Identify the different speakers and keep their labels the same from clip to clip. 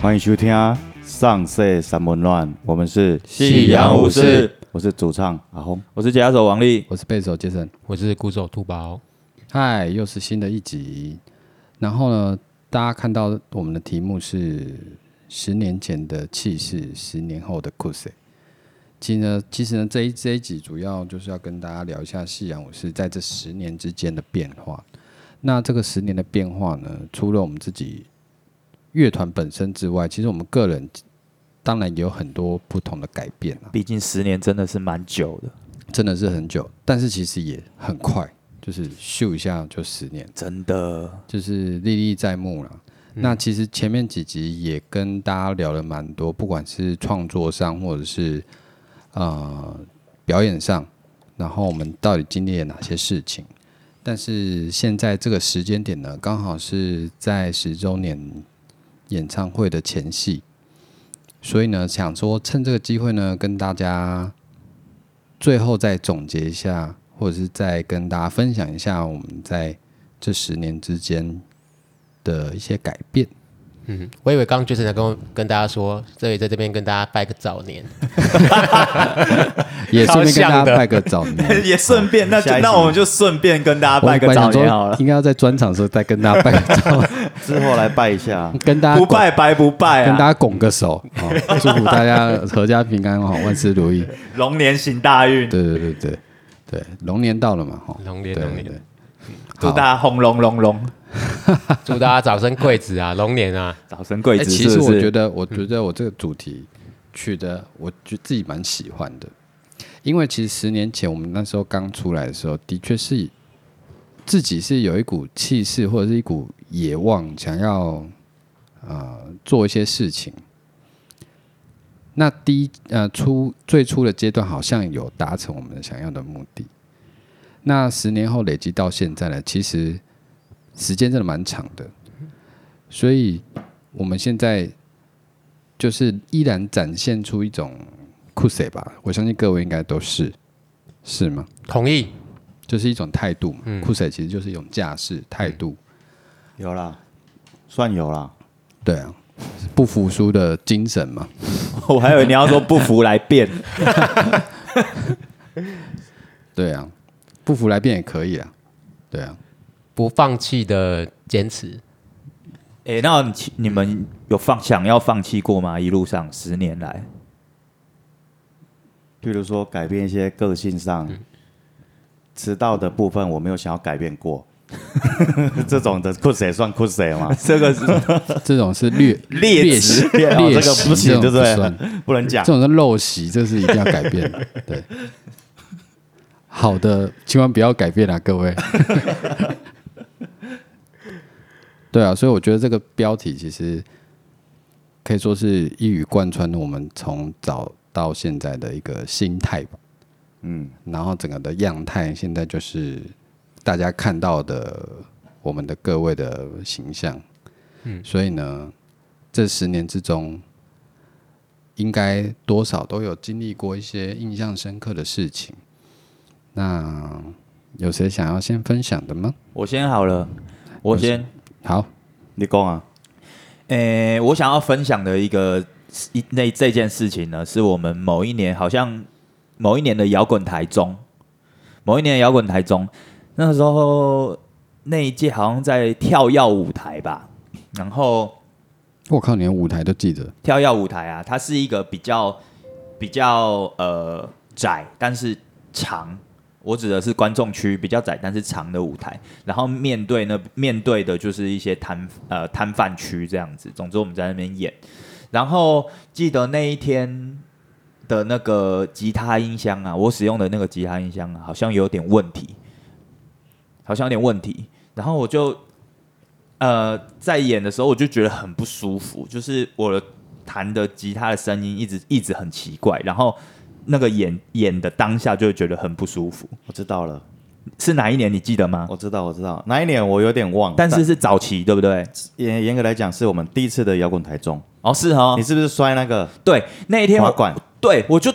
Speaker 1: 欢迎收听《上世三温暖》，我们是
Speaker 2: 夕阳武士，
Speaker 1: 我是主唱阿红。
Speaker 2: 我是吉他手王力，
Speaker 3: 我是贝手杰森，
Speaker 4: 我是鼓手兔宝，
Speaker 3: 嗨，又是新的一集。然后呢，大家看到我们的题目是“十年前的气势，十年后的酷谁”。其实呢，其实呢，这一这一集主要就是要跟大家聊一下夕阳武士在这十年之间的变化。那这个十年的变化呢，除了我们自己乐团本身之外，其实我们个人当然也有很多不同的改变啊。
Speaker 2: 毕竟十年真的是蛮久的，
Speaker 3: 真的是很久，但是其实也很快，就是咻一下就十年，
Speaker 2: 真的。
Speaker 3: 就是历历在目了。那其实前面几集也跟大家聊了蛮多，不管是创作上，或者是呃表演上，然后我们到底经历了哪些事情。但是现在这个时间点呢，刚好是在十周年演唱会的前夕，所以呢，想说趁这个机会呢，跟大家最后再总结一下，或者是再跟大家分享一下我们在这十年之间的一些改变。
Speaker 4: 嗯，我以为刚刚 Jason 在跟我跟大家说，这里在这边跟大家拜个早年，
Speaker 3: 也顺便跟大
Speaker 4: 超像
Speaker 3: 家
Speaker 4: 的
Speaker 3: 拜个早年。
Speaker 2: 也顺便，那就
Speaker 1: 下一集
Speaker 2: 那我们就顺便跟大家拜个
Speaker 3: 我本来
Speaker 2: 早
Speaker 3: 想
Speaker 2: 年
Speaker 3: 说
Speaker 2: 好了，
Speaker 3: 应该要在专场的时候再跟大家拜个 早，
Speaker 1: 之后来拜一下，
Speaker 3: 跟大家
Speaker 2: 不
Speaker 3: 拱
Speaker 2: 拜白不拜
Speaker 3: 跟大
Speaker 2: 啊，
Speaker 3: 家拱个手， 哦、祝福大家阖家平安哦，万事如意。
Speaker 2: 龙年行大运，
Speaker 3: 对对对对对，龙年到了嘛，哈、
Speaker 4: 龙年
Speaker 3: 对
Speaker 4: 龙，
Speaker 3: 对
Speaker 4: 年，
Speaker 2: 祝大家轰隆隆隆，
Speaker 4: 祝大家早生贵子啊，龙年啊，
Speaker 2: 早生贵
Speaker 3: 哎
Speaker 2: 子。
Speaker 3: 其实我觉
Speaker 2: 得，
Speaker 3: 得，我觉得我这个主题取得，我觉得自己蛮喜欢的，因为其实十年前我们那时候刚出来的时候，的确是自己是有一股气势或者是一股野望，想要呃做一些事情。那第一呃初最初的阶段好像有达成我们想要的目的，那十年后累积到现在呢，其实时间真的蛮长的，所以我们现在就是依然展现出一种酷谁吧，我相信各位应该都是，是吗？
Speaker 4: 同意，
Speaker 3: 就是一种态度嘛，酷谁其实就是一种架势态度，
Speaker 1: 有啦，算有啦。
Speaker 3: 对啊，不服输的精神嘛。
Speaker 2: 我还以为你要说不服来 辩，
Speaker 3: 对啊，不服来辩也可以啊。对啊，
Speaker 4: 不放弃的坚持，
Speaker 2: 哎，那你你们有放想要放弃过吗？一路上十年来，
Speaker 1: 譬如说改变一些个性上，
Speaker 3: 嗯
Speaker 1: 迟到的部分我没有想要改变过， 这种的酷谁算酷谁嘛？
Speaker 2: 这个是
Speaker 3: 这种是 劣
Speaker 2: 劣
Speaker 3: 习
Speaker 2: 质
Speaker 3: 劣
Speaker 1: 哦这个
Speaker 3: 习
Speaker 1: 不行
Speaker 3: 这
Speaker 1: 对
Speaker 3: 种
Speaker 1: 不对
Speaker 3: 算
Speaker 1: 不能讲
Speaker 3: 这。种是陋习，这是一定要改 变的。对，好的，千万不要改变啊，各位。 对啊，所以我觉得这个标题其实可以说是一语贯穿我们从早到现在的一个心态吧。
Speaker 1: 嗯，
Speaker 3: 然后整个的样态现在就是大家看到的我们的各位的形象。嗯，所以呢，这十年之中，应该多少都有经历过一些印象深刻的事情。那有谁想要先分享的吗？
Speaker 2: 我先好了，我先。
Speaker 3: 好，
Speaker 1: 你讲啊，
Speaker 2: 诶、我想要分享的一个一那这件事情呢，是我们某一年好像某一年的摇滚台中，某一年的摇滚台中，那时候那一届好像在跳跃舞台吧，然后
Speaker 3: 我靠，连舞台都记得，
Speaker 2: 跳跃舞台啊，它是一个比较比较呃窄，但是长。我指的是观众区比较窄，但是长的舞台，然后面对那面对的就是一些摊呃摊贩区这样子。总之我们在那边演，然后记得那一天的那个吉他音箱啊，我使用的那个吉他音箱、啊、好像有点问题，好像有点问题。然后我就呃在演的时候，我就觉得很不舒服，就是我的弹的吉他的声音一直一直很奇怪，然后那个演演的当下就会觉得很不舒服。
Speaker 1: 我知道了，
Speaker 2: 是哪一年？你记得吗？
Speaker 1: 我知道，我知道。哪一年我有点忘，
Speaker 2: 但是是早期，对不对？
Speaker 1: 严严格来讲，是我们第一次的摇滚台中。
Speaker 2: 哦，是哦
Speaker 1: 你，是不是摔那个
Speaker 2: 对，那一天
Speaker 1: 滑
Speaker 2: 我
Speaker 1: 管？
Speaker 2: 对我就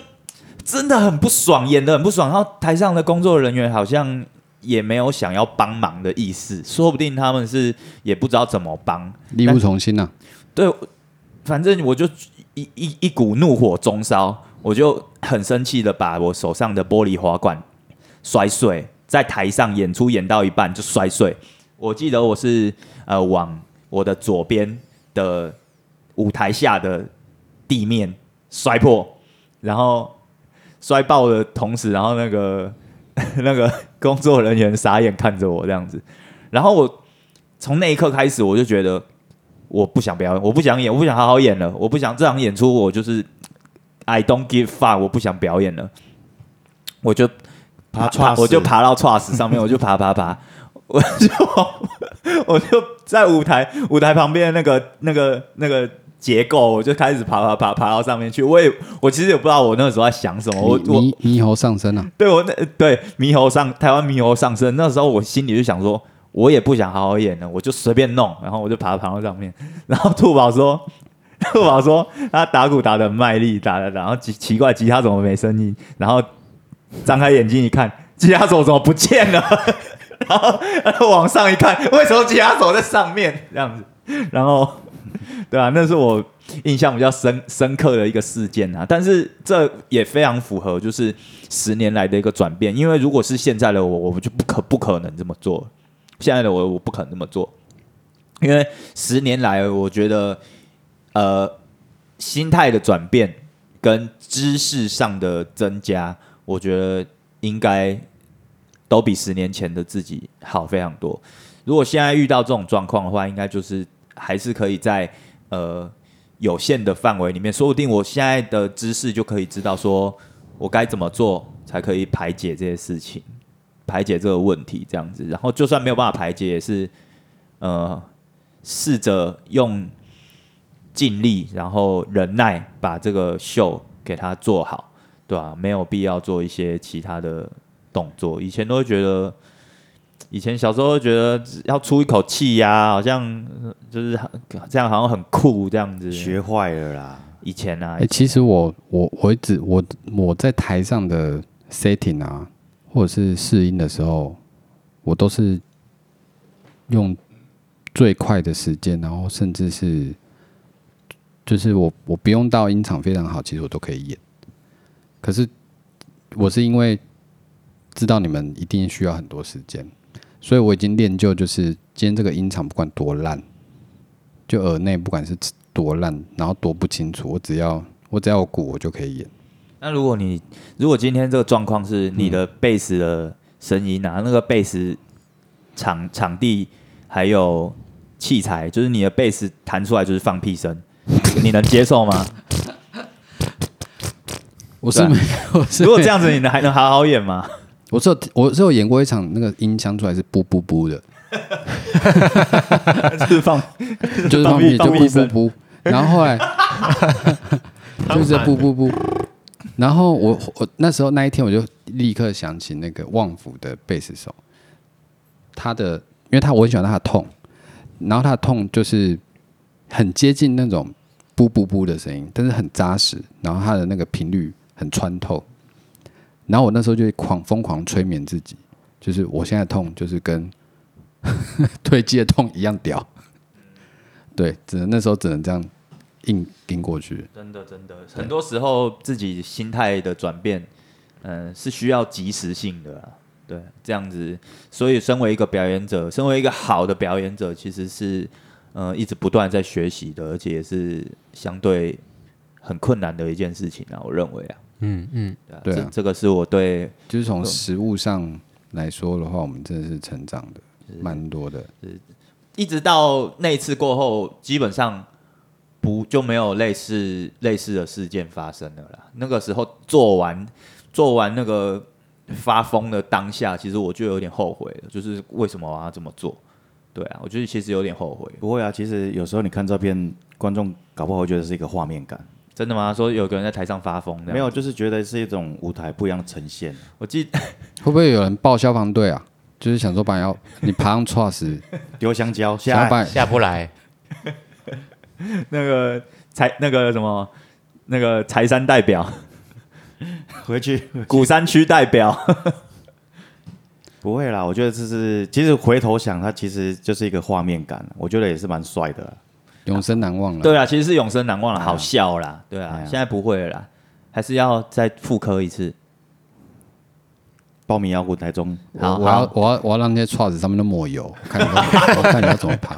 Speaker 2: 真的很不爽，演的很不爽。然后台上的工作人员好像也没有想要帮忙的意思，说不定他们是也不知道怎么帮。
Speaker 3: 啊力不从心呐、
Speaker 2: 对，反正我就一一一股怒火中烧，我就很生气的把我手上的玻璃花冠摔碎，在台上演出演到一半就摔碎。我记得我是呃往我的左边的舞台下的地面摔破，然后摔爆的同时，然后那个 那个工作人员傻眼看着我这样子，然后我从那一刻开始我就觉得我不想表演，我不想演，我不想好好演了，我不想这场演出我就是 I don't give fuck，我不想表演了，我就
Speaker 1: 爬 truss
Speaker 2: 我就爬到 truss 上面，我就爬爬爬，我就我就在舞台舞台旁边的那个那个那个结构，我就开始爬爬爬爬到上面去。我也我其实也不知道我那个时候在想什么，我我
Speaker 3: 猕猕猴上身啊，
Speaker 2: 对我那对猕猴上台湾猕猴上身，那时候我心里就想说，我也不想好好演了，我就随便弄，然后我就爬爬到上面，然后兔宝说。 兔宝说他打鼓打的很卖力，打的，然后奇奇怪吉他怎么没声音，然后张开眼睛一看，吉他手怎么不见了？ 然后然后往上一看，为什么吉他手在上面这样子？然后对啊，那是我印象比较深深刻的一个事件啊。但是这也非常符合就是十年来的一个转变，因为如果是现在的我，我就不可不可能这么做。现在的我，我不可能这么做，因为十年来，我觉得呃，心态的转变跟知识上的增加，我觉得应该都比十年前的自己好非常多。如果现在遇到这种状况的话，应该就是还是可以在呃有限的范围里面，说不定我现在的知识就可以知道说我该怎么做才可以排解这些事情，排解这个问题这样子。然后就算没有办法排解，也是呃试着用尽力，然后忍耐把这个秀给它做好，对吧、没有必要做一些其他的动作。以前都会觉得，以前小时候会觉得要出一口气呀、好像呃就是很这样，好像很酷这样子。
Speaker 1: 学坏了啦。
Speaker 2: 以前啊
Speaker 3: 哎、，其实我我我一直我我在台上的 setting 啊，或者是试音的时候，我都是用最快的时间，然后甚至是就是我我不用到音场非常好，其实我都可以演。可是我是因为知道你们一定需要很多时间，所以我已经练就就是今天这个音场不管多烂，就耳内不管是多烂，然后多不清楚，我只要我只要有鼓我就可以演。
Speaker 2: 那如果你如果今天这个状况是你的贝斯的声音啊，那个贝斯场场地还有器材，就是你的贝斯弹出来就是放屁声，你能接受吗？
Speaker 3: 我
Speaker 2: 对
Speaker 3: 是
Speaker 2: 啊
Speaker 3: 没有，我是
Speaker 2: 如果
Speaker 3: 没
Speaker 2: 这样子，你能还能好好演吗？
Speaker 3: 我是有我是有演过一场那个音箱出来是噗噗噗的，
Speaker 2: 就是放
Speaker 3: 就是放屁就
Speaker 2: 放屁
Speaker 3: 噗
Speaker 2: 声
Speaker 3: 噗噗，然后后来就是噗噗噗，然后我我那时候那一天我就立刻想起那个旺福的贝斯手，他的因为他我很喜欢他的痛，然后他的痛就是很接近那种噗噗噗的声音，但是很扎实，然后他的那个频率很穿透，然后我那时候就狂疯狂催眠自己，就是我现在痛就是跟 推机的痛一样屌。对，只能那时候只能这样硬盯过去。
Speaker 2: 真的真的，很多时候自己心态的转变，嗯、是需要及时性的、啊。对，这样子，所以身为一个表演者，身为一个好的表演者，其实是呃一直不断在学习的，而且也是相对很困难的一件事情啊。我认为啊，
Speaker 4: 嗯嗯，
Speaker 2: 对啊，
Speaker 3: 对啊
Speaker 2: 这这个是我对
Speaker 3: 就是从食物上来说的话，我们真的是成长的蛮多的。
Speaker 2: 一直到那一次过后，基本上不就没有类似类似的事件发生了啦。那个时候做完做完那个发疯的当下，其实我就有点后悔了，就是为什么我要这么做？对啊，我觉得其实有点后悔。
Speaker 1: 不会啊，其实有时候你看照片，观众搞不好会觉得是一个画面感，
Speaker 2: 真的吗？说有个人在台上发疯，
Speaker 1: 没有，，就是觉得是一种舞台不一样的呈现。
Speaker 2: 我记
Speaker 3: 会不会有人报消防队啊？就是想说把你要你爬上 truss，
Speaker 1: 丢香蕉，下
Speaker 3: 想要
Speaker 1: 来
Speaker 3: 把你
Speaker 4: 下不来，
Speaker 2: 那个财那个什么那个财山 代表、
Speaker 1: 回去。
Speaker 2: 鼓山区 代表，
Speaker 1: 不会啊啦，我觉得这是其实回头想，它其实就是一个画面感，我觉得也是蛮帅的啦。啊
Speaker 3: 永生难忘了。
Speaker 2: 对啊，其实是永生难忘了，好笑啦，对啊
Speaker 1: 哎，呀
Speaker 2: 现在不会了啦，还是要再复刻一次。
Speaker 1: 报名要过台中，
Speaker 3: 我我要我要我要让那些串子上面都抹油，我看你要 我看你要怎么爬。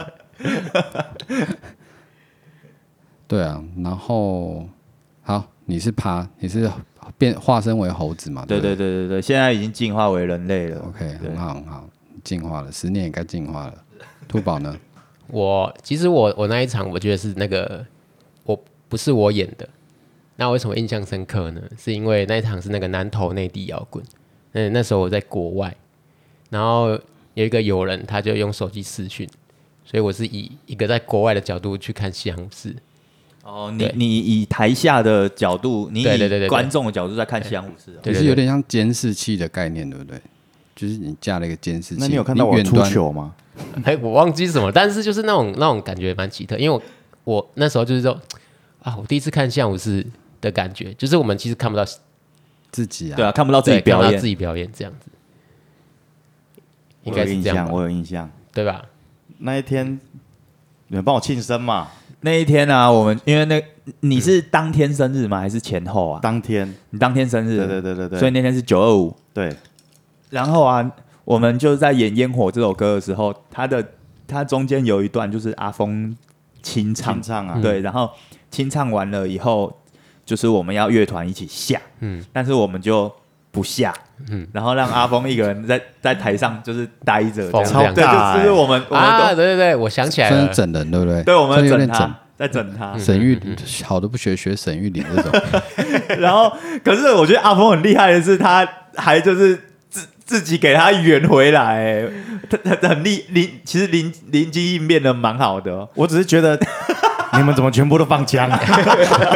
Speaker 3: 对啊，然后好，你是爬，你是变化身为猴子嘛？
Speaker 2: 对
Speaker 3: 对
Speaker 2: 啊对对对对，现在已经进化为人类了
Speaker 3: 不。对，OK，很好很好，进化了，十年也该进化了。 兔宝呢？
Speaker 4: 我其实我我那一场，我觉得是那个我不是我演的。那为什么印象深刻呢？是因为那一场是那个南投内地摇滚，嗯，那时候我在国外，然后有一个友人他就用手机视讯，所以我是以一个在国外的角度去看西洋市。
Speaker 2: 哦，你
Speaker 4: 对
Speaker 2: 你以台下的角度，你
Speaker 4: 对对对对
Speaker 2: 以
Speaker 4: 对
Speaker 2: 观众的角度在看西洋武士哦。
Speaker 3: 就
Speaker 4: 对对
Speaker 3: 是
Speaker 4: 对
Speaker 3: 有点像监视器的概念，对不对？就是你架了一个监视器，
Speaker 1: 那你有看到我
Speaker 3: 远
Speaker 1: 出
Speaker 3: 端
Speaker 1: 糗吗？
Speaker 4: 哎，我忘记是什么，但是就是那种那种感觉蛮奇特，因为我我那时候就是说啊，我第一次看像武士的感觉，就是我们其实看不到
Speaker 3: 自己啊？
Speaker 2: 对啊，看不到自己
Speaker 4: 对看不
Speaker 2: 表
Speaker 4: 到
Speaker 2: 演
Speaker 4: 自。己表演这样子，应
Speaker 1: 我
Speaker 4: 该
Speaker 1: 有
Speaker 4: 是
Speaker 1: 印
Speaker 4: 这样
Speaker 1: 象，
Speaker 4: 吧，
Speaker 1: 我有印象。
Speaker 4: 对吧？
Speaker 1: 那一天你们帮我庆生嘛？
Speaker 2: 那一天啊，我们因为那你是当天生日吗？还是前后啊？
Speaker 1: 当天，
Speaker 2: 你当天生日，
Speaker 1: 对对对对对
Speaker 2: 所以那天是九二五。
Speaker 1: 对，
Speaker 2: 然后啊，我们就在演《烟火》这首歌的时候，它的它中间有一段就是阿峰清唱
Speaker 1: 清，唱啊，
Speaker 2: 对，然后清唱完了以后，就是我们要乐团一起下，
Speaker 4: 嗯
Speaker 2: 嗯，但是我们就不下，嗯，然后让阿峰一个人在在台上就是待着，
Speaker 4: 疯
Speaker 2: 这样
Speaker 4: 这
Speaker 2: 对，
Speaker 1: 样
Speaker 2: 就是我们我们
Speaker 4: 啊，对
Speaker 2: 都
Speaker 4: 对对，我想起来
Speaker 3: 算
Speaker 4: 了
Speaker 3: 是，整人，对不对？
Speaker 2: 对我们
Speaker 3: 算有点
Speaker 2: 整
Speaker 3: 整
Speaker 2: 他，在整他，
Speaker 3: 沈玉好的不学，学沈玉
Speaker 1: 嗯
Speaker 3: 玲这种。
Speaker 2: 然后，可是我觉得阿峰很厉害的是，他还就是自自己给他圆回来，欸他他很厉灵，其实灵灵机应变的蛮好的哦、
Speaker 1: 我只是觉得你们怎么全部都放枪啊？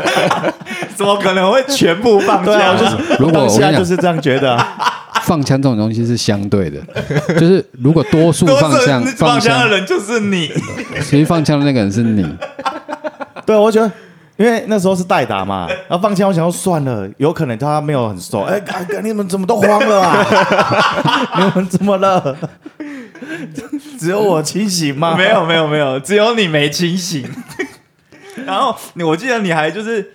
Speaker 2: 怎么可能会全部放
Speaker 1: 对啊，
Speaker 2: 假？
Speaker 1: 我就是
Speaker 3: 如果
Speaker 1: 当
Speaker 3: 我跟
Speaker 1: 下
Speaker 3: 你
Speaker 1: 就
Speaker 3: 讲，
Speaker 1: 是这样觉得啊，
Speaker 3: 放枪这种东西是相 对的，就是如果多数
Speaker 2: 都
Speaker 3: 放
Speaker 2: 是
Speaker 3: 枪，
Speaker 2: 放
Speaker 3: 放
Speaker 2: 枪
Speaker 3: 枪
Speaker 2: 的，人就是你，
Speaker 3: 其实放枪的那个人是你，
Speaker 1: 对，我觉得。因为那时候是代打嘛，然后放枪，我想说算了，有可能他没有很熟。哎、啊你们怎么都慌了啊？你们怎么了？只有我清醒吗？
Speaker 2: 没有没有没有，只有你没清醒。 然后你，我记得你还就是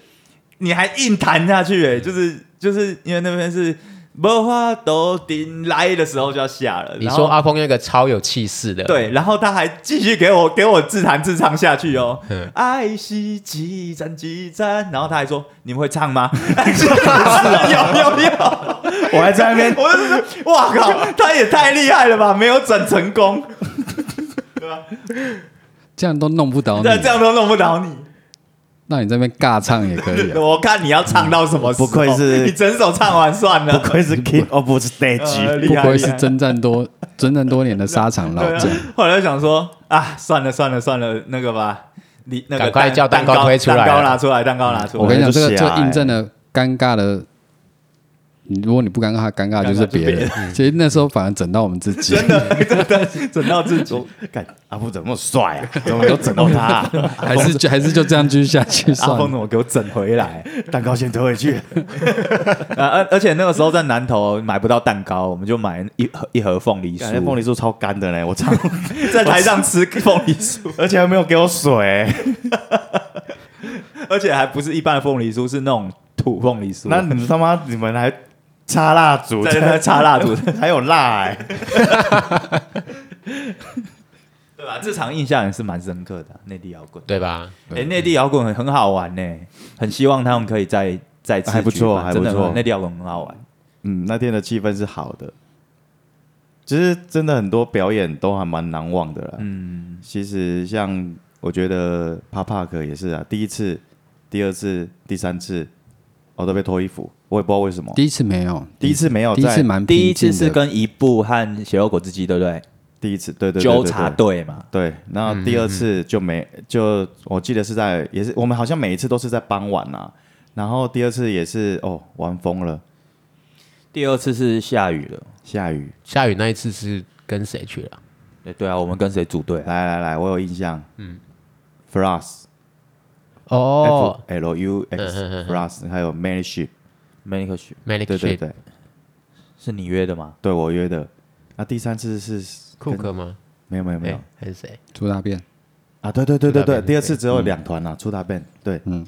Speaker 2: 你还硬弹下去、欸，就是就是因为那边是。无花都顶来的时候就要下了。
Speaker 4: 你
Speaker 2: 然后
Speaker 4: 说阿峰那个超有气势的，
Speaker 2: 对，然后他还继续给我给我自弹自唱下去哦，爱惜几盏几盏，然后他还说你们会唱 吗？有有有，
Speaker 1: 我还在那 边
Speaker 2: 我就说哇靠，他也太厉害了吧，没有整成功，
Speaker 3: 这样都弄不倒你，
Speaker 2: 那这样都弄不倒你。
Speaker 3: 那你这边尬唱也可以啊。
Speaker 2: 我看你要唱到什么时候，
Speaker 1: 不愧是
Speaker 2: 你整首唱完算了
Speaker 1: 不，愧是 King of Stage，、
Speaker 2: 呃
Speaker 3: 不
Speaker 2: 厉害
Speaker 3: 愧是
Speaker 2: 厉害
Speaker 3: 征战多征战多年的沙场老
Speaker 2: 对啊
Speaker 3: 将，
Speaker 2: 后来就想说啊，算了算了算了，那个吧，你那个
Speaker 4: 赶快
Speaker 2: 蛋
Speaker 4: 叫蛋
Speaker 2: 蛋
Speaker 4: 糕推出来
Speaker 2: 蛋糕
Speaker 4: 了
Speaker 2: 拿出来，蛋糕拿出来。
Speaker 3: 我跟你讲，这个
Speaker 1: 就
Speaker 3: 欸这
Speaker 1: 下来
Speaker 3: 个印证了尴尬的。你如果你不尴尬，尴尬就是别人。
Speaker 2: 嗯
Speaker 3: 其实那时候反而整到我们自己，
Speaker 2: 真的真的整 到自己，
Speaker 1: 看阿布怎么那么帅啊？怎么都整到他、啊？
Speaker 3: 还是就还是就这样继续下去
Speaker 2: 阿
Speaker 3: 算
Speaker 2: 峰
Speaker 3: 了。
Speaker 2: 怎么给我整回来？
Speaker 1: 蛋糕先推回去，
Speaker 2: 啊，而而且那个时候在南头买不到蛋糕，我们就买一盒一盒凤梨
Speaker 1: 感觉
Speaker 2: 酥，
Speaker 1: 凤梨酥超干的嘞，我操！
Speaker 2: 在台上吃凤梨酥，
Speaker 1: 而且还没有给我水、
Speaker 2: 而且还不是一般的凤梨酥，是那种土凤梨酥，
Speaker 1: 那你们他妈你们还插蜡烛，
Speaker 2: 在那插蜡烛，
Speaker 1: 还有蜡、欸，
Speaker 2: 对吧？这场印象也是蛮深刻的啊，内地摇滚。
Speaker 4: 对吧？
Speaker 2: 哎，内地摇滚很很好玩呢，很希望他们可以再再次
Speaker 1: 还不错
Speaker 2: 举办
Speaker 1: 还不
Speaker 2: 真的
Speaker 1: 错
Speaker 2: 内地摇滚很好玩。
Speaker 1: 嗯，那天的气氛是好的，其实真的很多表演都还蛮难忘的啦。
Speaker 2: 嗯，
Speaker 1: 其实像我觉得 p 帕克也是啊，第一次、第二次、第三次，我都被脱衣服，我也不知道为什么。
Speaker 3: 第一次没有，
Speaker 1: 第一次没有
Speaker 3: 第一
Speaker 1: 在，
Speaker 3: 次蛮
Speaker 2: 第一
Speaker 3: 平静
Speaker 2: 次
Speaker 3: 的
Speaker 2: 是跟一部和血肉果汁机，对不对？
Speaker 1: 第一次，对对对对
Speaker 2: 纠
Speaker 1: 对
Speaker 2: 察队嘛，
Speaker 1: 对，那第二次就没，就我记得是在，也是我们好像每一次都是在傍晚啊，然后第二次也是哦，玩疯了，
Speaker 2: 第二次是下雨了。
Speaker 1: 下雨，
Speaker 4: 下雨那一次是跟谁去了？
Speaker 2: 对对啊，我们跟谁组队啊？
Speaker 1: 来来来，我有印象，嗯，Frost
Speaker 4: 哦
Speaker 1: F L U
Speaker 4: 嗯
Speaker 1: X
Speaker 4: 嗯嗯嗯
Speaker 1: Frost，还有 Many Ship，
Speaker 2: 没科学
Speaker 4: ，Manic
Speaker 1: 对对
Speaker 4: Street
Speaker 1: 对，
Speaker 2: 是你约的吗？
Speaker 1: 对我约的。那第三次是
Speaker 4: 库克吗？
Speaker 1: 没有没有没有
Speaker 4: 哎，还是谁？
Speaker 3: 猪大便，
Speaker 1: 啊，对对对对对，
Speaker 4: Band，
Speaker 1: 第二次只有两团啦，出大 band，对，嗯，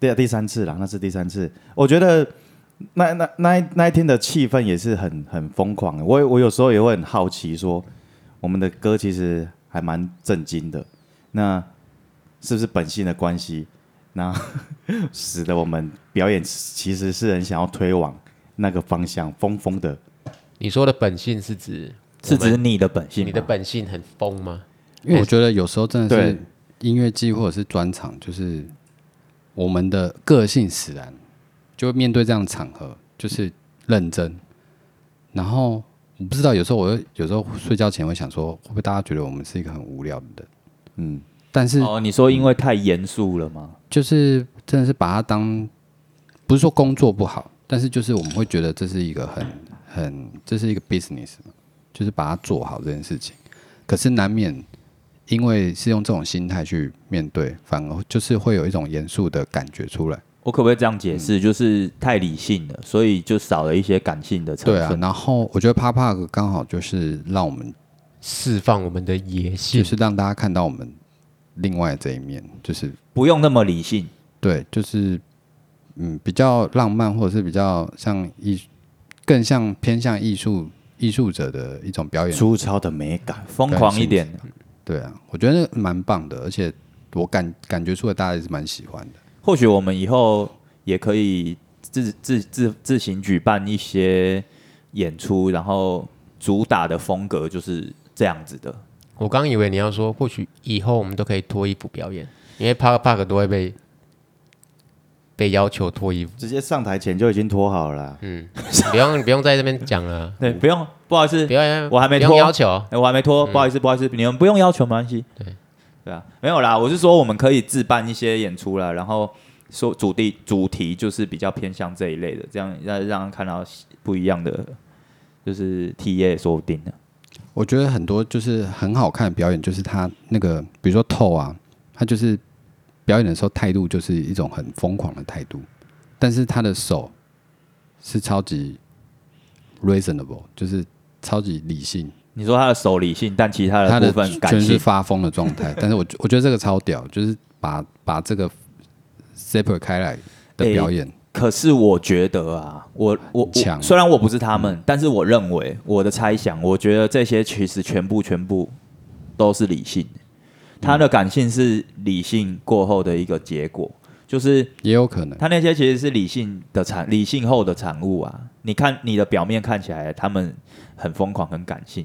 Speaker 1: 第第三次啦，那是第三次，我觉得那那那一那一天的气氛也是很很疯狂的，我也我有时候也会很好奇说，我们的歌其实还蛮震惊的，那是不是本性的关系，那 使得我们表演其实是很想要推往那个方向，疯疯的，
Speaker 4: 你说的本性是指
Speaker 2: 是
Speaker 4: 我
Speaker 2: 指
Speaker 4: 们
Speaker 2: 你的本性吗，
Speaker 4: 你的本性很疯吗？
Speaker 3: 因为我觉得有时候真的
Speaker 1: 对
Speaker 3: 是音乐季或者是专场，就是我们的个性使然，就会面对这样的场合，就是认真。然后我不知道，有时候我会有时候睡觉前会想说，会不会大家觉得我们是一个很无聊的人？
Speaker 1: 嗯，
Speaker 3: 但是
Speaker 2: 哦，你说因为太严肃了吗？
Speaker 3: 就是真的是把它当不是说工作不好，但是就是我们会觉得这是一个很很这是一个 business 嘛，就是把它做好这件事情。可是难免因为是用这种心态去面对，反而就是会有一种严肃的感觉出来。
Speaker 2: 我可不可以这样解释？就是太理性了，所以就少了一些感性的成
Speaker 3: 对啊，
Speaker 2: 分。
Speaker 3: 然后我觉得 p a p a 刚好就是让我们
Speaker 4: 释放我们的野性
Speaker 3: 就，是让大家看到我们另外这一面，就是
Speaker 2: 不用那么理性。
Speaker 3: 对，就是嗯，比较浪漫，或者是比较像艺，更像偏向艺术艺术者的一种表演。
Speaker 1: 粗糙的美感，
Speaker 2: 疯狂一点，
Speaker 3: 对啊，我觉得蛮棒的，而且我感感觉出来大家也是蛮喜欢的。
Speaker 2: 或许我们以后也可以自自自自行举办一些演出，然后主打的风格就是这样子的。
Speaker 4: 我刚以为你要说，或许以后我们都可以脱衣服表演，因为 Park Park 都会被被要求脱 衣服。
Speaker 1: 直接上台前就已经脱好了啦，
Speaker 4: 嗯，你不用你不用在这边讲了，
Speaker 2: 对，不用，不好意思
Speaker 4: 不，要，
Speaker 2: 我还没
Speaker 4: 不用
Speaker 2: 脱
Speaker 4: 要求。
Speaker 2: 哎我还没脱，不好意思，不好意思，你们不用要求，没关系。
Speaker 4: 对，
Speaker 2: 对啊，没有啦，我是说我们可以自办一些演出啦，然后说主题主题就是比较偏向这一类的，这样让让人看到不一样的，就是体验也说不定呢。
Speaker 3: 我觉得很多就是很好看的表演，就是他那个，比如说透啊，他就是表演的时候态度就是一种很疯狂的态度，但是他的手是超级 reasonable，就是超级理性，
Speaker 2: 你说他的手理性，但其他
Speaker 3: 他
Speaker 2: 的
Speaker 3: 的
Speaker 2: 部分感
Speaker 3: 全是
Speaker 2: 性，
Speaker 3: 发疯的状态。但是我觉我觉得这个超屌，就是把把这个 separate 开来的表演，
Speaker 2: 可是我觉得啊，我我我
Speaker 3: 强
Speaker 2: 虽然我不是他们，但是我认为我的猜想，我觉得这些其实全部全部都是理性的，他的感性是理性过后的一个结果，就是
Speaker 3: 也有可能。
Speaker 2: 他那些其实是理性的产，理性后的产物啊。你看你的表面看起来他们很疯狂、很感性，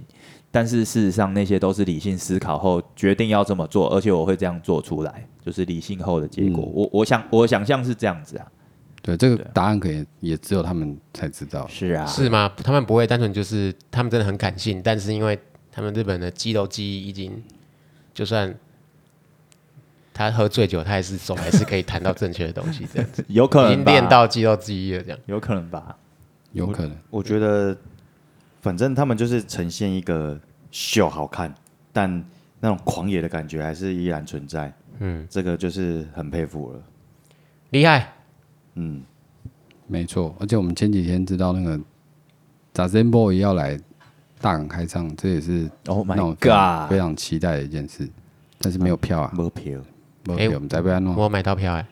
Speaker 2: 但是事实上那些都是理性思考后决定要这么做，而且我会这样做出来，就是理性后的结果。我我想我想象是这样子啊，
Speaker 3: 对，这个
Speaker 2: 对啊
Speaker 3: 答案可以也只有他们才知道。
Speaker 2: 是啊
Speaker 4: 是吗？他们不会单纯就是他们真的很感性，但是因为他们日本的肌肉记忆已经，就算他喝醉酒，他还是手还是可以弹到正确的东西，这样 子
Speaker 2: 有可
Speaker 4: 已
Speaker 2: 能
Speaker 4: 经
Speaker 2: 吧
Speaker 4: 练到肌肉记忆了，这样。
Speaker 2: 有可能吧。
Speaker 3: 有可能，
Speaker 1: 我觉得，反正他们就是呈现一个秀好看，但那种狂野的感觉还是依然存在。嗯，这个就是很佩服了。
Speaker 4: 厉害，
Speaker 1: 嗯，
Speaker 3: 没错。而且我们前几天知道那个 z a z e n Boy 要来大港开唱，这也是
Speaker 2: Oh
Speaker 3: 让我
Speaker 2: my
Speaker 3: 非常
Speaker 2: god！
Speaker 3: 非常期待的一件事。但是没有票啊，
Speaker 1: 没票，
Speaker 3: 没有
Speaker 4: 哎
Speaker 3: 票，我们再不要弄，
Speaker 4: 我买到票哎、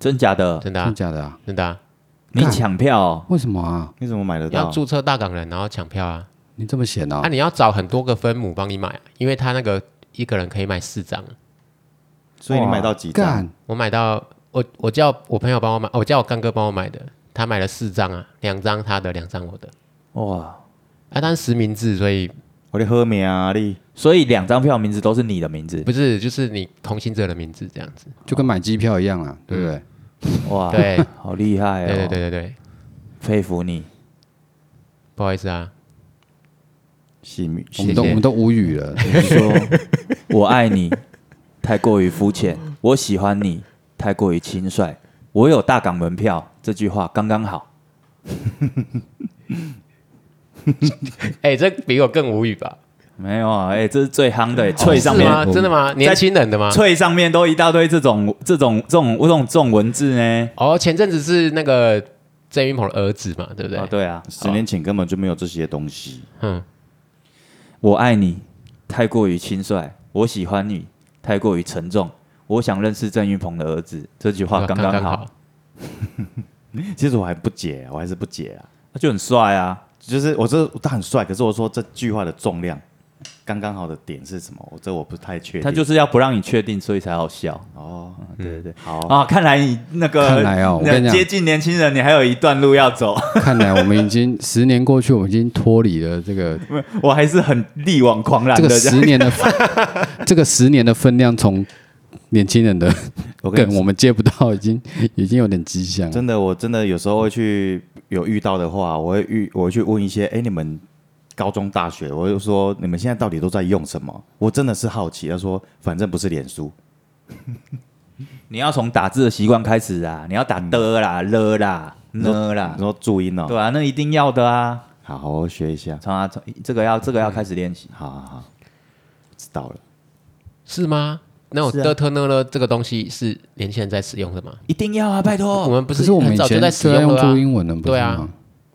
Speaker 2: 真假的？
Speaker 4: 真的、
Speaker 3: 真
Speaker 4: 啊
Speaker 3: 的，假的啊？
Speaker 4: 真的、啊，
Speaker 2: 你抢票哦、
Speaker 3: 为什么啊？
Speaker 1: 你怎么买得
Speaker 4: 要
Speaker 1: 到？
Speaker 4: 注册大港人，然后抢票啊。
Speaker 3: 你这么闲啊
Speaker 4: 啊，？你要找很多个分母帮你买，啊因为他那个一个人可以买四张。
Speaker 1: 所以你买到几张？
Speaker 3: 干，
Speaker 4: 我买到我我叫我朋友帮我买，哦我叫我干哥帮我买的，他买了四张啊，两张他的，两张我的。
Speaker 2: 哇！
Speaker 4: 啊，但是实名制，所以
Speaker 1: 我的喝名啊，你
Speaker 2: 所以两张票名字都是你的名字
Speaker 4: 不是就是你同行者的名字这样子。
Speaker 3: 就跟买机票一样啊，对不对？
Speaker 2: 哇！
Speaker 4: 对，
Speaker 2: 好厉害哦！
Speaker 4: 对对对，对对，
Speaker 2: 佩服你。
Speaker 4: 不好意思啊，
Speaker 1: 喜
Speaker 2: 嗯
Speaker 3: 我
Speaker 1: 喜
Speaker 3: 们都我
Speaker 4: 谢
Speaker 3: 们都无语了。
Speaker 2: 你 说我爱你太过于肤浅，我喜欢你太过于轻率，我有大港门票这句话刚刚好。
Speaker 4: 哎、这比我更无语吧？
Speaker 2: 没有啊，哎、这是最夯的、脆上
Speaker 4: 哦是吗？
Speaker 2: 面
Speaker 4: 真的吗？年轻人的吗？
Speaker 2: 脆上面都一大堆这种这种这种这种这种文字呢。
Speaker 4: 哦，前阵子是那个郑云鹏的儿子嘛，对不对？
Speaker 2: 啊，对啊，
Speaker 1: 十年前根本就没有这些东西。
Speaker 4: 嗯，
Speaker 2: 我爱你太过于轻率，我喜欢你太过于沉重。我想认识郑云鹏的儿子，这句话啊刚刚好，，
Speaker 1: 其实我还不解，我还是不解啊。
Speaker 2: 他就很帅啊。
Speaker 1: 就是我这他很帅，可是我说这句话的重量刚刚好的点是什么？我这我不太确定。
Speaker 2: 他就是要不让你确定，所以才好笑。
Speaker 1: 哦，
Speaker 2: 对对对，
Speaker 1: 好，
Speaker 2: 啊，看来你那个
Speaker 3: 看来哦我跟你讲
Speaker 2: 接近年轻人，你还有一段路要走。
Speaker 3: 看来我们已经十年过去，我们已经脱离了这个
Speaker 2: 我还是很力挽狂澜
Speaker 3: 这
Speaker 2: 的。
Speaker 3: 个十年的 这个十年的分量，从年轻 人的
Speaker 1: 我跟
Speaker 3: 梗
Speaker 1: 你
Speaker 3: 我们接不到，已经已经有点迹象。
Speaker 1: 真的，我真的有时候会去有遇到的话，我会遇我会去问一些，哎，你们高中大学，我就说你们现在到底都在用什么？我真的是好奇。他说，反正不是脸书，
Speaker 2: 你要从打字的习惯开始啊，你要打的啦、了啦、呢啦
Speaker 1: 你，说注音哦，
Speaker 2: 对啊，那一定要的啊。
Speaker 1: 好，我学一下。
Speaker 2: 从啊，从这个要这个要开始练习。
Speaker 3: 嗯
Speaker 1: 好好好，知道了，
Speaker 4: 是吗？那我
Speaker 2: 是啊
Speaker 4: 的特呢了这个东西是年轻人在使用的吗？
Speaker 2: 一定要啊，拜
Speaker 4: 哦我
Speaker 2: 托！
Speaker 4: 们不
Speaker 3: 可是我们
Speaker 4: 很
Speaker 3: 以
Speaker 4: 早就
Speaker 3: 前
Speaker 4: 在使
Speaker 3: 就在用
Speaker 4: 了啊
Speaker 3: 注英文的，不
Speaker 4: 对
Speaker 3: 是
Speaker 4: 啊
Speaker 3: 吗？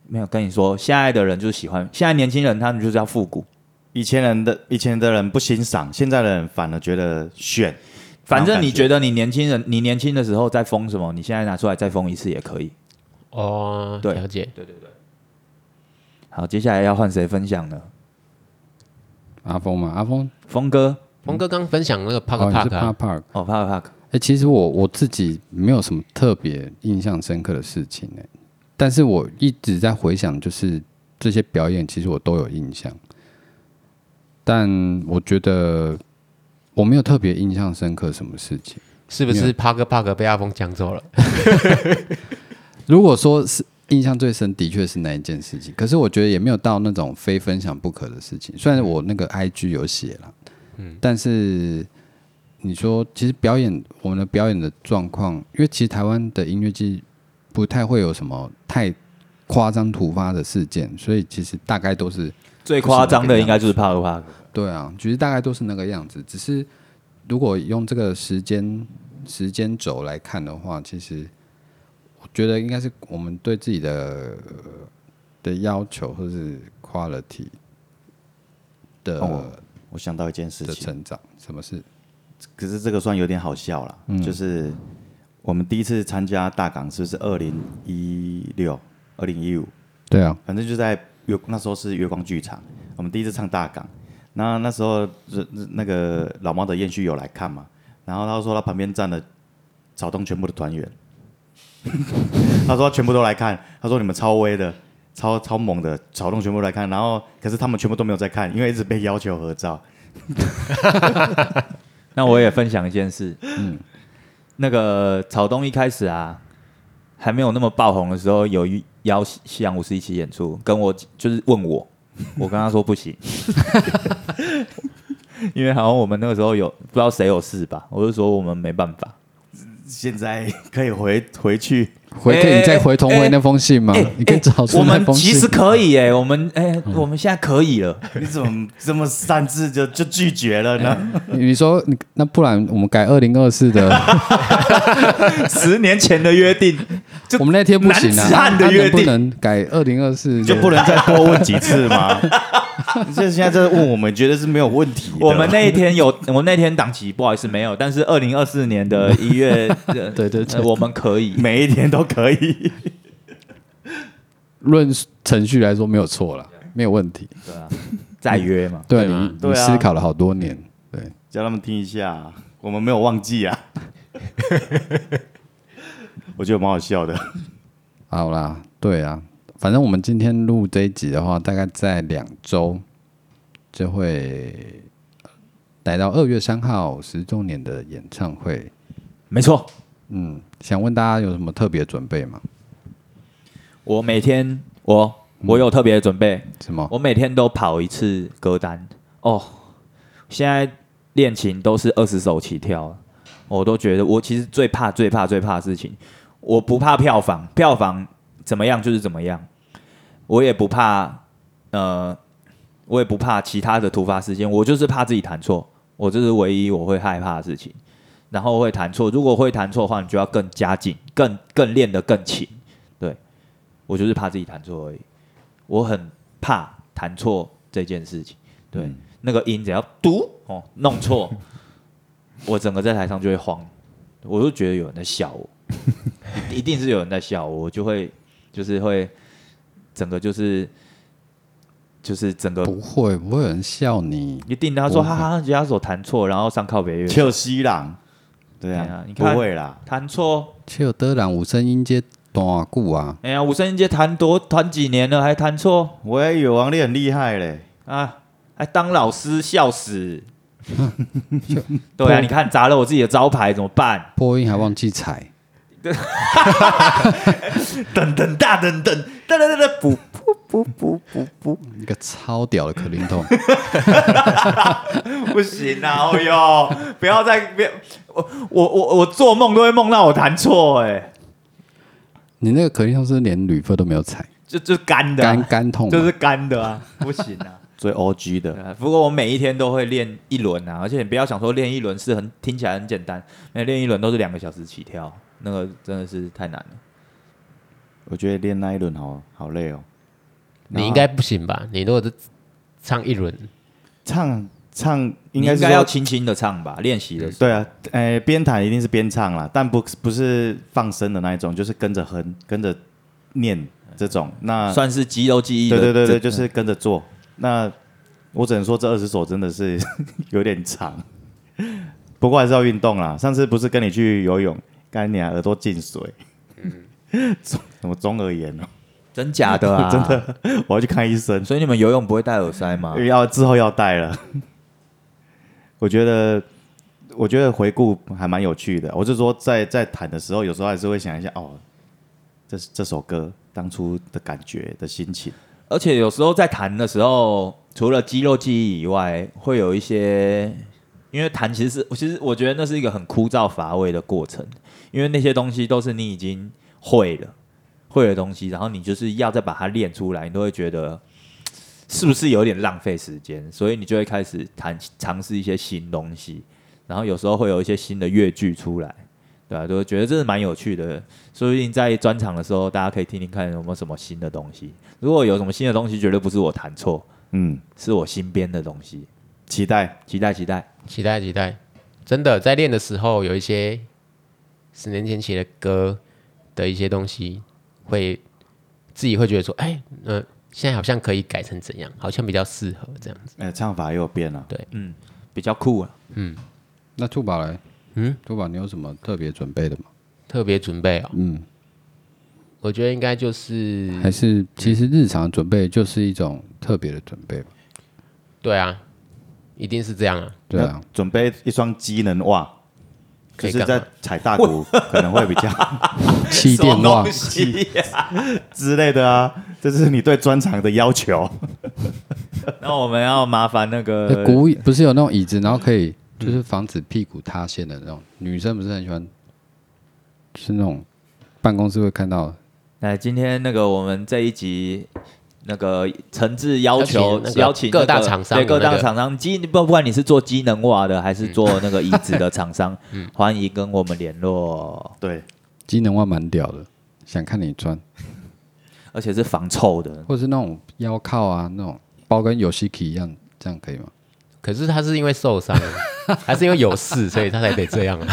Speaker 2: 没有跟你说，现在的人就是喜欢，现在年轻人他们就是要复古。
Speaker 1: 以前人的以前的人不欣赏，现在的人反而觉得炫。
Speaker 2: 反正你觉
Speaker 1: 得
Speaker 2: 得你年轻人，你年轻的时候在疯什么，你现在拿出来再疯一次也可以。
Speaker 4: 哦，
Speaker 2: 对
Speaker 4: 了解。
Speaker 2: 好，接下来要换谁分享呢？
Speaker 3: 阿峰嘛，阿峰，
Speaker 2: 峰哥
Speaker 4: 峰哥刚分享那个 Park
Speaker 3: 哦，你是
Speaker 4: Park，
Speaker 3: Park
Speaker 4: 啊
Speaker 3: Park。
Speaker 2: 哦，帕克帕克，
Speaker 3: 哎、其实我我自己没有什么特别印象深刻的事情哎、但是我一直在回想，就是这些表演，其实我都有印象，但我觉得我没有特别印象深刻什么事情。
Speaker 4: 是不是 Park Park 被阿峰抢走了？
Speaker 3: 如果说是印象最深，的确是那一件事情。可是我觉得也没有到那种非分享不可的事情。虽然我那个 IG 有写了，嗯，但是你说，其实表演我们的表演的状况，因为其实台湾的音乐季不太会有什么太夸张突发的事件，所以其实大概都是
Speaker 2: 最夸张的应该就是帕克帕克。
Speaker 3: 对啊，其实大概都是那个样子。只是如果用这个时间时间轴来看的话，其实我觉得应该是我们对自己的的要求或是 quality 的、
Speaker 1: 我想到一件事
Speaker 3: 的
Speaker 1: 情，
Speaker 3: 成长，什么事？
Speaker 1: 可是这个算有点好笑了，
Speaker 2: 嗯
Speaker 1: 就是我们第一次参加大港是不是二零一六、二零一五？
Speaker 3: 对啊，
Speaker 1: 反正就在月那时候是月光剧场，我们第一次唱大港，那那时候呃那个老猫的燕旭有来看嘛，然后他说他旁边站了草东全部的团员， 他说全部都来看，他说你们超威的。超超猛的草东全部都来看，然后可是他们全部都没有在看，因为一直被要求合照。
Speaker 2: 那我也分享一件事，嗯，那个草东一开始啊，还没有那么爆红的时候，有一邀西洋五十一起演出，跟我就是 问我，我跟他说不行， 因为好像我们那个时候有不知道谁有事吧，我就说我们没办法。
Speaker 1: 现在可以回回去
Speaker 3: 回可以再回同回那封信吗？
Speaker 2: 哎
Speaker 3: 嗯你可以找出
Speaker 2: 我
Speaker 3: 那
Speaker 2: 们
Speaker 3: 封
Speaker 2: 其
Speaker 3: 信。
Speaker 2: 实可以哎、我们哎、我们现在可 以了。
Speaker 1: 你怎么这么擅自就就拒绝了呢？
Speaker 3: 你你说你那不然我们改二零二四 的，
Speaker 2: 十年前的约定，就
Speaker 3: 我们那天不行
Speaker 2: 男
Speaker 3: 啊，
Speaker 2: 子汉的
Speaker 3: 那
Speaker 2: 约
Speaker 3: 能不
Speaker 2: 定
Speaker 3: 能改二零二四？
Speaker 1: 就不能再多问几次吗？ 你这现在在问我们，觉得是没有问题的。
Speaker 2: 我们那一天有， 我那天档期不好意思没有，但是二零二四 年的一月，对
Speaker 3: 对对对
Speaker 2: 我们可以。
Speaker 1: 每一天都可以。
Speaker 3: 论程序来说没有错了，没有问题。
Speaker 2: 对啊，再约嘛。
Speaker 3: 对
Speaker 4: 对吗
Speaker 3: 你，
Speaker 1: 对
Speaker 3: 你
Speaker 1: 啊
Speaker 3: 思考了好多年。对，
Speaker 1: 叫他们听一下，我们没有忘记啊。我觉得蛮好笑的。
Speaker 3: 好啦，对啊，反正我们今天录这一集的话，大概在两周就会来到二月三号十周年的演唱会。
Speaker 2: 没错，
Speaker 3: 嗯，想问大家有什么特别准备吗？
Speaker 2: 我每天我我有特别的准备，
Speaker 3: 什么？
Speaker 2: 我每天都跑一次歌单哦。现在练琴都是二十首起跳了，我都觉得我其实最怕最怕最怕的事情，我不怕票房，票房怎么样就是怎么样，我也不怕呃，我也不怕其他的突发事件，我就是怕自己弹错，我这是唯一我会害怕的事情。然后会弹错，如果会弹错的话，你就要更加紧，更更练得更勤。对我就是怕自己弹错而已，我很怕弹错这件事情。对，那个音只要读哦弄错，我整个在台上就会慌，我就觉得有人在笑我， 一一定是有人在笑我，我就会就是会整个就是就是整个
Speaker 3: 不会，不会有人笑你。
Speaker 2: 一定的，他说哈哈，吉他手弹错，然后上靠北乐，
Speaker 1: 就西朗，对
Speaker 2: 对
Speaker 1: 啊
Speaker 2: 啊，你
Speaker 1: 不
Speaker 2: 看
Speaker 1: 会啦，
Speaker 2: 弹错，
Speaker 3: 切尔德朗五声音阶短固啊，
Speaker 2: 哎呀，五声音阶弹多弹几年了还弹错
Speaker 1: 我也以为王力很厉害嘞，
Speaker 2: 啊，还当老师笑死。对啊，你看砸了我自己的招牌怎么办？
Speaker 3: 破音还忘记踩，
Speaker 2: 等等大等等等等等补
Speaker 3: 一个超屌的可灵 桶，
Speaker 2: 不行啊！哦哟，不要再别我我我我做梦都会梦到我弹错哎、
Speaker 3: 你那个可灵桶是连铝粉都没有踩，
Speaker 2: 就就干的啊、
Speaker 3: 干干痛嘛，
Speaker 2: 就是干的啊，不行啊。
Speaker 1: 最 O G 的，
Speaker 2: 对啊不过我每一天都会练一轮啊，而且你不要想说练一轮是很听起来很简单，那练一轮都是两个小时起跳，那个真的是太难了。
Speaker 1: 我觉得练那一轮好好累哦，
Speaker 4: 你应该不行吧？你如果是唱一轮，
Speaker 1: 唱唱应
Speaker 2: 你
Speaker 1: 该
Speaker 2: 应
Speaker 1: 是
Speaker 2: 该要
Speaker 1: 说
Speaker 2: 轻轻的唱吧，练习的时候
Speaker 1: 对啊，诶、边弹一定是边唱啦，但不不是放声的那一种，就是跟着哼，跟着念这种。那
Speaker 2: 算是肌肉记忆的
Speaker 1: 对
Speaker 2: 这。
Speaker 1: 对对对，就是跟着做。那我只能说这二十首真的是 有点长，不过还是要运动啦。上次不是跟你去游泳，干你啊，耳朵进水， 嗯，什么中耳炎哦、
Speaker 2: 真假 的啊，真的。
Speaker 1: 我要去看医生，
Speaker 2: 所以你们游泳不会戴耳塞吗？
Speaker 1: 要之后要带了。我觉得，我觉得回顾还蛮有趣的。我是说在，在弹的时候，有时候还是会想一下，哦，这这首歌当初的感觉的心情。
Speaker 2: 而且有时候在弹的时候，除了肌肉记忆以外，会有一些，因为弹其实是，其实我觉得那是一个很枯燥乏味的过程，因为那些东西都是你已经会了，会的东西，然后你就是要再把它练出来，你都会觉得是不是有点浪费时间，所以你就会开始弹尝试一些新东西，然后有时候会有一些新的乐句出来。对啊，都觉得这是蛮有趣的，说不定在专场的时候，大家可以听听看有没有什么新的东西。如果有什么新的东西，绝对不是我弹错，
Speaker 1: 嗯，
Speaker 2: 是我新编的东西。
Speaker 1: 期待。
Speaker 2: 期待期待，
Speaker 4: 期待期待，真的在练的时候有一些十年前写的歌的一些东西，会自己会觉得说，哎，呃，现在好像可以改成怎样，好像比较适合这样子。
Speaker 1: 哎、唱法也有变了。
Speaker 2: 嗯，比较酷啊。
Speaker 3: 那兔宝嘞？
Speaker 4: 嗯，
Speaker 3: 兔宝，你有什么特别准备的吗？
Speaker 4: 特别准备哦，
Speaker 3: 嗯，
Speaker 4: 我觉得应该就是
Speaker 3: 还是其实日常准备就是一种特别的准备吧？
Speaker 4: 对啊，一定是这样啊，
Speaker 3: 对啊
Speaker 1: 那，准备一双机能袜，就
Speaker 4: 可以
Speaker 1: 是
Speaker 4: 干嘛
Speaker 1: 在踩大 鼓可能会比 较
Speaker 3: 气
Speaker 2: 什
Speaker 3: 垫
Speaker 2: 么
Speaker 3: 袜
Speaker 2: 东，西呀、
Speaker 1: 之类的啊。这是你对专场的要求。
Speaker 2: 那我们要麻烦那
Speaker 3: 那
Speaker 2: 个
Speaker 3: 古椅不是有那种椅子，然后可以就是防止屁股塌陷的那种。女生不是很喜欢，就是那种办公室会看到的，
Speaker 2: 来，今天那个我们这一集。那个诚挚要求
Speaker 4: 邀请那个
Speaker 2: 邀请那
Speaker 4: 各
Speaker 2: 个
Speaker 4: 大厂商
Speaker 2: 对各
Speaker 4: 那
Speaker 2: 大
Speaker 4: 个
Speaker 2: 厂商机不不管你是做机能袜的还是做那个椅子的厂商，
Speaker 4: 嗯
Speaker 2: 欢迎跟我们联络，
Speaker 1: 对，
Speaker 3: 机能袜蛮屌的，想看你穿，
Speaker 2: 而且是防臭的，
Speaker 3: 或是那种腰靠啊，那种包跟游戏 k 一样，这样可以吗？
Speaker 4: 可是他是因为受 伤，还是因为有事，所以他才得这样 啊？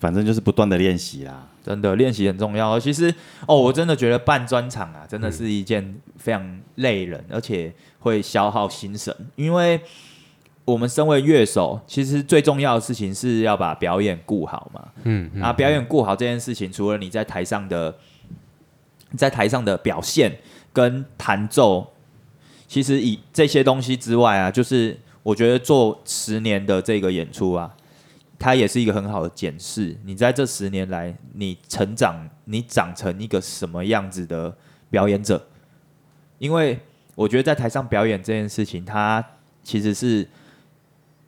Speaker 1: 反正就是不断的练习啦。
Speaker 2: 真的练习很重要。其实哦，我真的觉得办专场啊，
Speaker 4: 嗯
Speaker 2: 真的是一件非常累人，而且会消耗心神。因为我们身为乐手，其实最重要的事情是要把表演顾好嘛。
Speaker 4: 嗯，
Speaker 2: 啊，表演顾好这件事情，除了你在台上的在台上的表现跟弹奏，其实以这些东西之外啊，就是我觉得做十年的这个演出啊，它也是一个很好的检视。你在这十年来，你成长，你长成一个什么样子的表演者？因为我觉得在台上表演这件事情，它其实是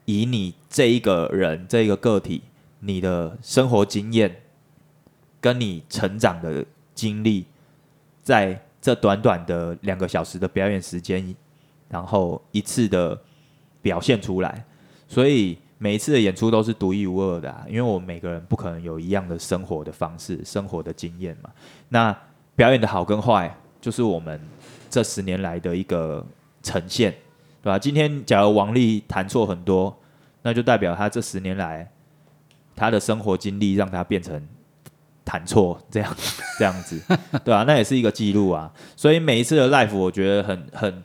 Speaker 2: 以你这一个人、这一个个体你的生活经验，跟你成长的经历，在这短短的两个小时的表演时间，然后一次的表现出来，所以每一次的演出都是独一无二的、啊，因为我们每个人不可能有一样的生活的方式、生活的经验嘛。那表演的好跟坏，就是我们这十年来的一个呈现，对吧？今天假如王力弹错很多，那就代表他这十年来他的生活经历让他变成弹错这样 这样子，对啊，那也是一个记录啊。所以每一次的 live，我觉得很很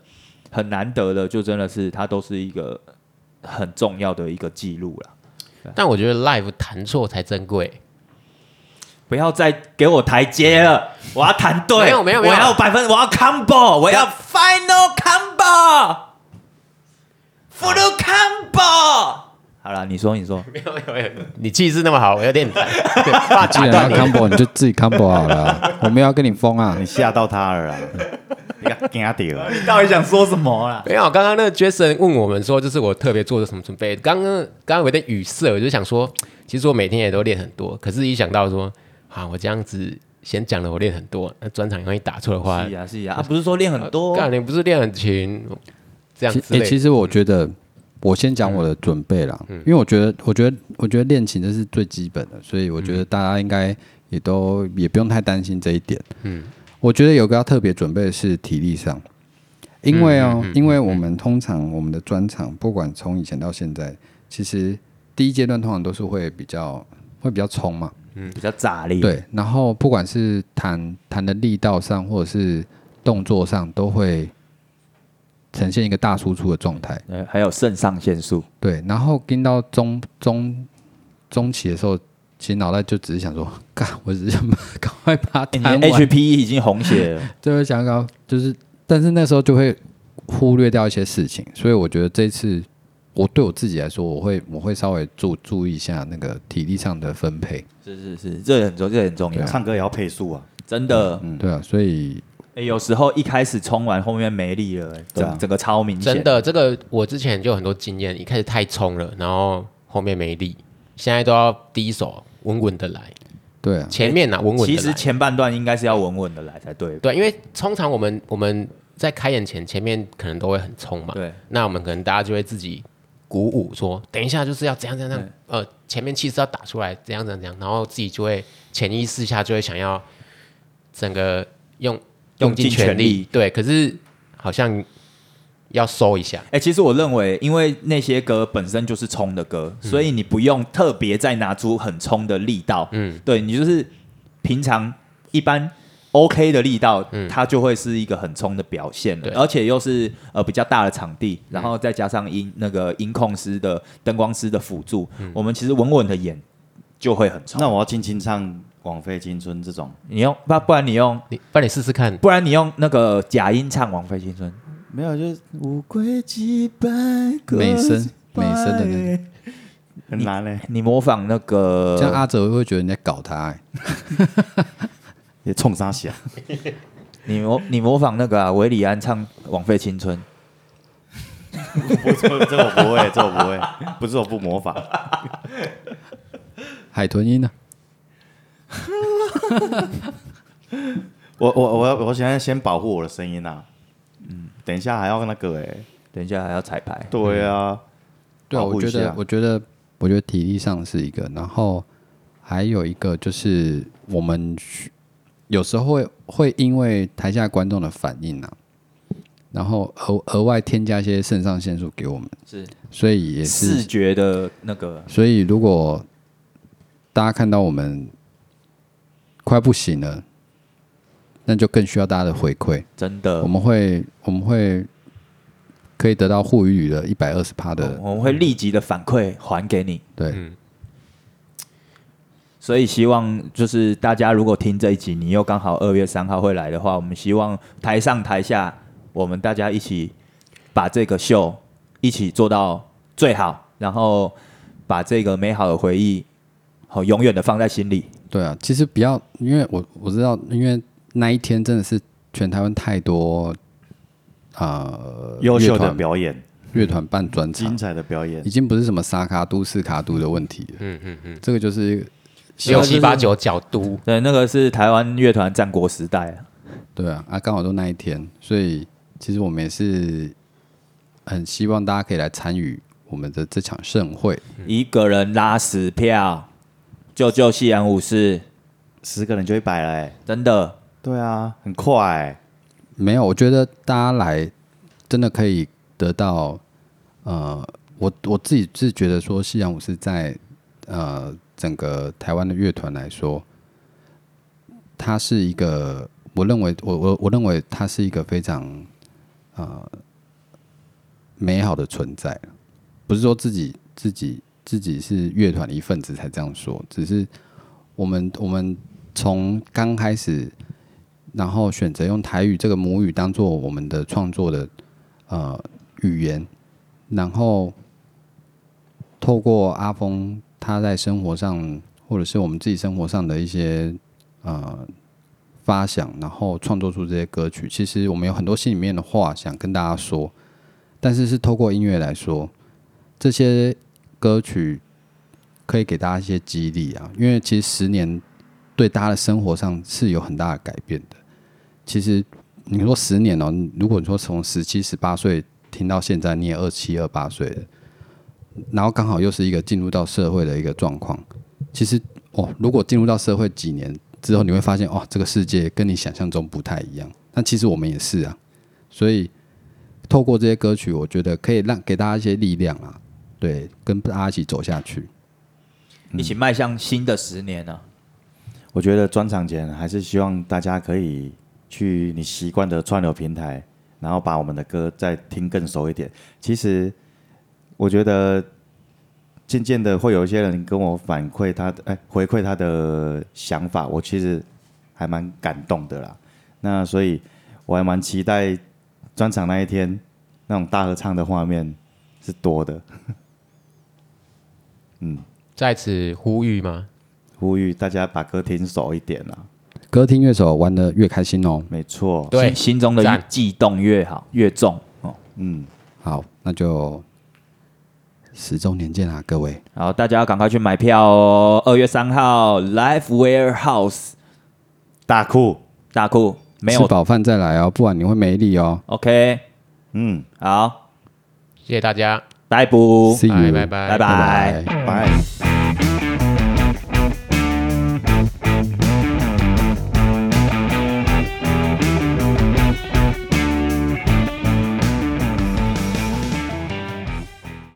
Speaker 2: 很难得的，就真的是它都是一个很重要的一个记录了。
Speaker 4: 但我觉得 live 弹错才珍贵。
Speaker 2: 不要再给我台阶了，我要弹对，
Speaker 4: 没有没有没有
Speaker 2: 我要百分，我要 combo，我要 final combo，full combo。好了，你说你说，
Speaker 4: 没有没有没有，你气势那么好，我有点 难对怕
Speaker 3: 既
Speaker 4: 打
Speaker 3: 然
Speaker 4: 断
Speaker 3: 要
Speaker 4: 你。
Speaker 3: combo，你就自己 combo 好了啊，我们要跟你疯啊
Speaker 1: 你！吓到他了啦， 你给他惊掉了。
Speaker 2: 你到底想说什么啊啦？
Speaker 4: 没有，刚刚那个 Jason 问我们说，就是我特别做了什么准备。刚刚刚刚有点语塞，我就想说，其实我每天也都练很多，可是一想到说，啊，我这样子先讲了我练很多，那专场万一打错的话
Speaker 2: 是，呀是呀，啊，不是说练很多，
Speaker 4: 呃干你不是练很勤，这样
Speaker 3: 其
Speaker 4: 之
Speaker 3: 诶
Speaker 4: 类的。嗯
Speaker 3: 其实我觉得，我先讲我的准备啦，因为我觉得，我觉得，我觉得练琴这是最基本的，所以我
Speaker 4: 嗯
Speaker 3: 觉得大家应该也都也不用太担心这一点。嗯，我觉得有个要特别准备的是体力上，因为哦，
Speaker 4: 嗯
Speaker 3: 因为我们通常我们的专场，不管从以前到现在，其实第一阶段通常都是会比较会比较冲嘛，
Speaker 2: 比较炸
Speaker 4: 嗯
Speaker 2: 裂。
Speaker 3: 对，然后不管是弹弹的力道上，或者是动作上，都会呈现一个大输出的状态。
Speaker 2: 呃，还有肾上腺素，
Speaker 3: 对，然后跟到中中中期的时候，其实脑袋就只是想说， 干，我只是想把赶快把它
Speaker 2: 哎你
Speaker 3: 弹
Speaker 2: 的
Speaker 3: 完，
Speaker 2: HPE 已经红血了，
Speaker 3: 就是想要就是，但是那时候就会忽略掉一些事情，所以我觉得这次我对我自己来说，我会我会稍微注注意一下那个体力上的分配，
Speaker 2: 是是是，这很重，这很重要，
Speaker 1: 唱歌也要配速啊，
Speaker 2: 真的。
Speaker 3: 对啊，所以
Speaker 2: 哎，有时候一开始冲完，后面没力了，欸
Speaker 1: 对啊
Speaker 2: 整整个超明显。
Speaker 4: 真，的，这个我之前就有很多经验，一开始太冲了，然后后面没力，现在都要第一手稳稳的来，
Speaker 3: 对啊，
Speaker 4: 前面呢、稳稳
Speaker 2: 其
Speaker 4: 的
Speaker 2: 实
Speaker 4: 来。
Speaker 2: 前半段应该是要稳稳的来才对。
Speaker 4: 对，因为通常我们我们在开演前，前面可能都会很冲嘛，
Speaker 2: 对，
Speaker 4: 那我们可能大家就会自己鼓舞说，等一下就是要怎样怎样怎样，呃，前面气势要打出来，怎样怎样怎样，然后自己就会潜意识下就会想要整个用
Speaker 2: 用
Speaker 4: 尽
Speaker 2: 尽全力
Speaker 4: 对，可是好像要收一下，
Speaker 2: 哎、其实我认为，因为那些歌本身就是冲的歌，
Speaker 4: 嗯
Speaker 2: 所以你不用特别再拿出很冲的力道。嗯，对你就是平常一般 OK 的力道，它就会是一个很冲的表现了
Speaker 4: 嗯对嗯
Speaker 2: 而且又是呃比较大的场地，然后再加上音、那个音控师的灯光师的辅助，
Speaker 4: 嗯
Speaker 2: 我们其实稳稳的演就会很冲。
Speaker 1: 那我要轻轻唱《枉费青春》这种，
Speaker 2: 你用不不然你用
Speaker 4: 你不然你试试看，
Speaker 2: 不然你用那个假音唱《王菲青春》，
Speaker 1: 没有就是无归几百个
Speaker 3: 美声美声的那
Speaker 1: 种，很难欸嘞、
Speaker 2: 你模仿那个
Speaker 3: 这样啊阿哲会觉得你在搞他、欸，
Speaker 1: 也冲啥小？
Speaker 2: 你模你模仿那个啊，韦礼安唱《枉费青春》，
Speaker 1: 不，这这我不会，这我不会，不是我不模仿，
Speaker 3: 海豚音呢、
Speaker 1: 我我我要我现在先保护我的声音啊，嗯，等一下还要那个哎、
Speaker 2: 等一下还要彩排。
Speaker 1: 对啊，
Speaker 3: 对啊，
Speaker 1: 保护
Speaker 3: 我觉
Speaker 1: 一下
Speaker 3: 得，我觉得，我觉得体力上是一个，然后还有一个就是我们需有时候会会因为台下观众的反应啊，然后额额外添加一些肾上腺素给我们，
Speaker 2: 是
Speaker 3: 所以也
Speaker 2: 视
Speaker 3: 是，
Speaker 2: 觉的那个，
Speaker 3: 所以如果大家看到我们快不行了，那就更需要大家的回馈，
Speaker 2: 真
Speaker 1: 呃
Speaker 2: 的
Speaker 3: 我，们会我们会可以得到互予的一百二十趴
Speaker 1: 哦
Speaker 3: 的，
Speaker 2: 我们会立即的反馈还给你。
Speaker 3: 对。
Speaker 2: 所以希望就是大家如果听这一集，你又刚好二月三号会来的话，我们希望台上台下，我们大家一起把这个秀一起做到最好，然后把这个美好的回忆，好、永远的放在心里。
Speaker 3: 对啊，其实不要，因为我我知道，因为那一天真的是全台湾太多呃
Speaker 1: 优秀
Speaker 3: 乐
Speaker 1: 的
Speaker 3: 团
Speaker 1: 表演，
Speaker 3: 乐团办专
Speaker 1: 精
Speaker 3: 场，
Speaker 1: 彩的表演
Speaker 3: 已，经不是什么沙卡都市卡都的问题了。嗯嗯嗯，这个就是
Speaker 4: 六七八九角度，
Speaker 2: 对，那个是台湾乐团战国时代啊。
Speaker 3: 对啊啊，刚好都那一天，所以其实我们也是很希望大家可以来参与我们的这场盛会。
Speaker 2: 一个人拉十票，救救夕阳武士，
Speaker 1: 十个人就一百了、欸，
Speaker 2: 真的
Speaker 1: 对啊，很快、欸，
Speaker 3: 没有，我觉得大家来真的可以得到，呃，我我自己是觉得说，西洋舞是在呃整个台湾的乐团来说，它是一个，我认为我我我认为它是一个非常呃美好的存在，不是说自己自己自己是乐团的一份子才这样说，只是我们我们从刚开始，然后选择用台语这个母语当做我们的创作的呃语言，然后透过阿峰他在生活上，或者是我们自己生活上的一些呃发想，然后创作出这些歌曲。其实我们有很多心里面的话想跟大家说，但是是透过音乐来说，这些歌曲可以给大家一些激励啊，因为其实十年对大家的生活上是有很大的改变的。其实你说十年哦、如果你说从十七、十八岁听到现在，你也二七、二八岁了，然后刚好又是一个进入到社会的一个状况。其实哦，如果进入到社会几年之后，你会发现哦，这个世界跟你想象中不太一样。那其实我们也是啊，所以透过这些歌曲，我觉得可以让给大家一些力量啊，对，跟大家一起走下去。
Speaker 2: 一起迈向新的十年呢、啊
Speaker 1: 我觉得专场前还是希望大家可以去你习惯的串流平台，然后把我们的歌再听更熟一点。其实我觉得渐渐的会有一些人跟我反馈他的，哎，回馈他的想法，我其实还蛮感动的啦。那所以我还蛮期待专场那一天那种大合唱的画面是多的。
Speaker 4: 在此呼吁吗？
Speaker 1: 呼吁大家把歌听熟一点啦，
Speaker 3: 歌厅乐手玩的越开心哦。
Speaker 1: 没错。
Speaker 4: 对
Speaker 2: 心心中的
Speaker 4: 赞
Speaker 2: 悸动越好越重哦。
Speaker 1: 嗯，
Speaker 3: 好，那就十周年见啊，各位。
Speaker 2: 好，大家要赶快去买票哦！二月三号，Live Warehouse
Speaker 1: 大酷，
Speaker 2: 大库没
Speaker 3: 吃
Speaker 2: 有
Speaker 3: 饱饭再来哦，不然你会没力哦。
Speaker 2: OK，
Speaker 1: 嗯，
Speaker 2: 好，
Speaker 4: 谢谢大家，
Speaker 2: 逮捕，
Speaker 3: See you，
Speaker 4: 拜拜拜
Speaker 2: 拜拜。
Speaker 1: 拜。